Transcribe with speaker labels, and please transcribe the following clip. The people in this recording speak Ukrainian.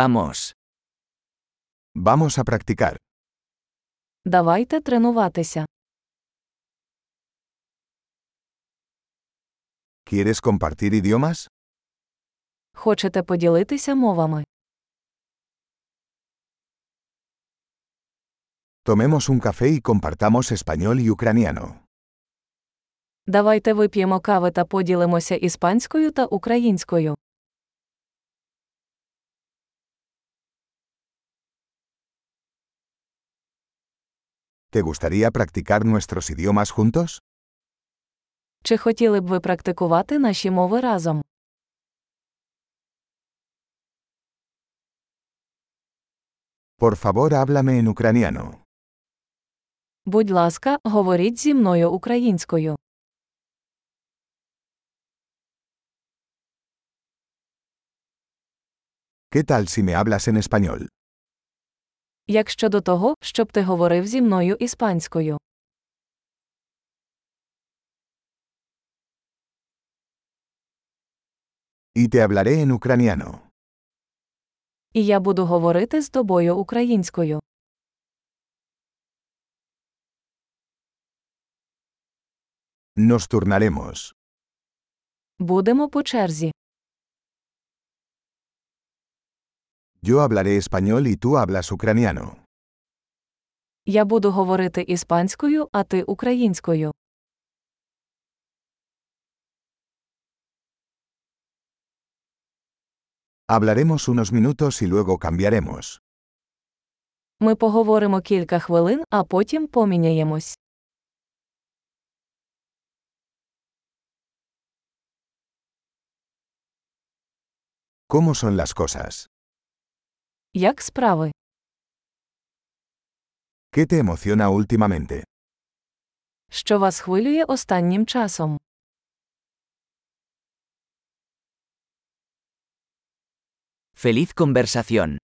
Speaker 1: Vamos.
Speaker 2: Vamos a practicar.
Speaker 3: Давайте тренуватися.
Speaker 2: ¿Quieres compartir idiomas?
Speaker 3: Хочете поділитися мовами?
Speaker 2: Tomemos un café y compartamos español y ucraniano.
Speaker 3: Давайте вип'ємо кави та поділимося іспанською та українською.
Speaker 2: ¿Te gustaría practicar nuestros idiomas juntos?
Speaker 3: Чи хотіли б ви практикувати наші мови разом?
Speaker 2: Por favor, háblame en ucraniano.
Speaker 3: Будь ласка, говоріть зі мною українською.
Speaker 2: ¿Qué tal si me hablas en español?
Speaker 3: Як щодо того, щоб ти говорив зі мною іспанською.
Speaker 2: Y te hablaré en ucraniano.
Speaker 3: І я буду говорити з тобою українською.
Speaker 2: Nos turnaremos.
Speaker 3: Будемо по черзі.
Speaker 2: Yo hablaré español y tú hablas ucraniano.
Speaker 3: Я буду говорити іспанською, а ти українською.
Speaker 2: Hablaremos unos minutos y luego cambiaremos.
Speaker 3: Ми поговоримо кілька хвилин, а потім поміняємось.
Speaker 2: ¿Cómo son las cosas?
Speaker 3: Як справи?
Speaker 2: ¿Qué te emociona últimamente?
Speaker 3: Що вас хвилює останнім часом?
Speaker 1: Feliz conversación.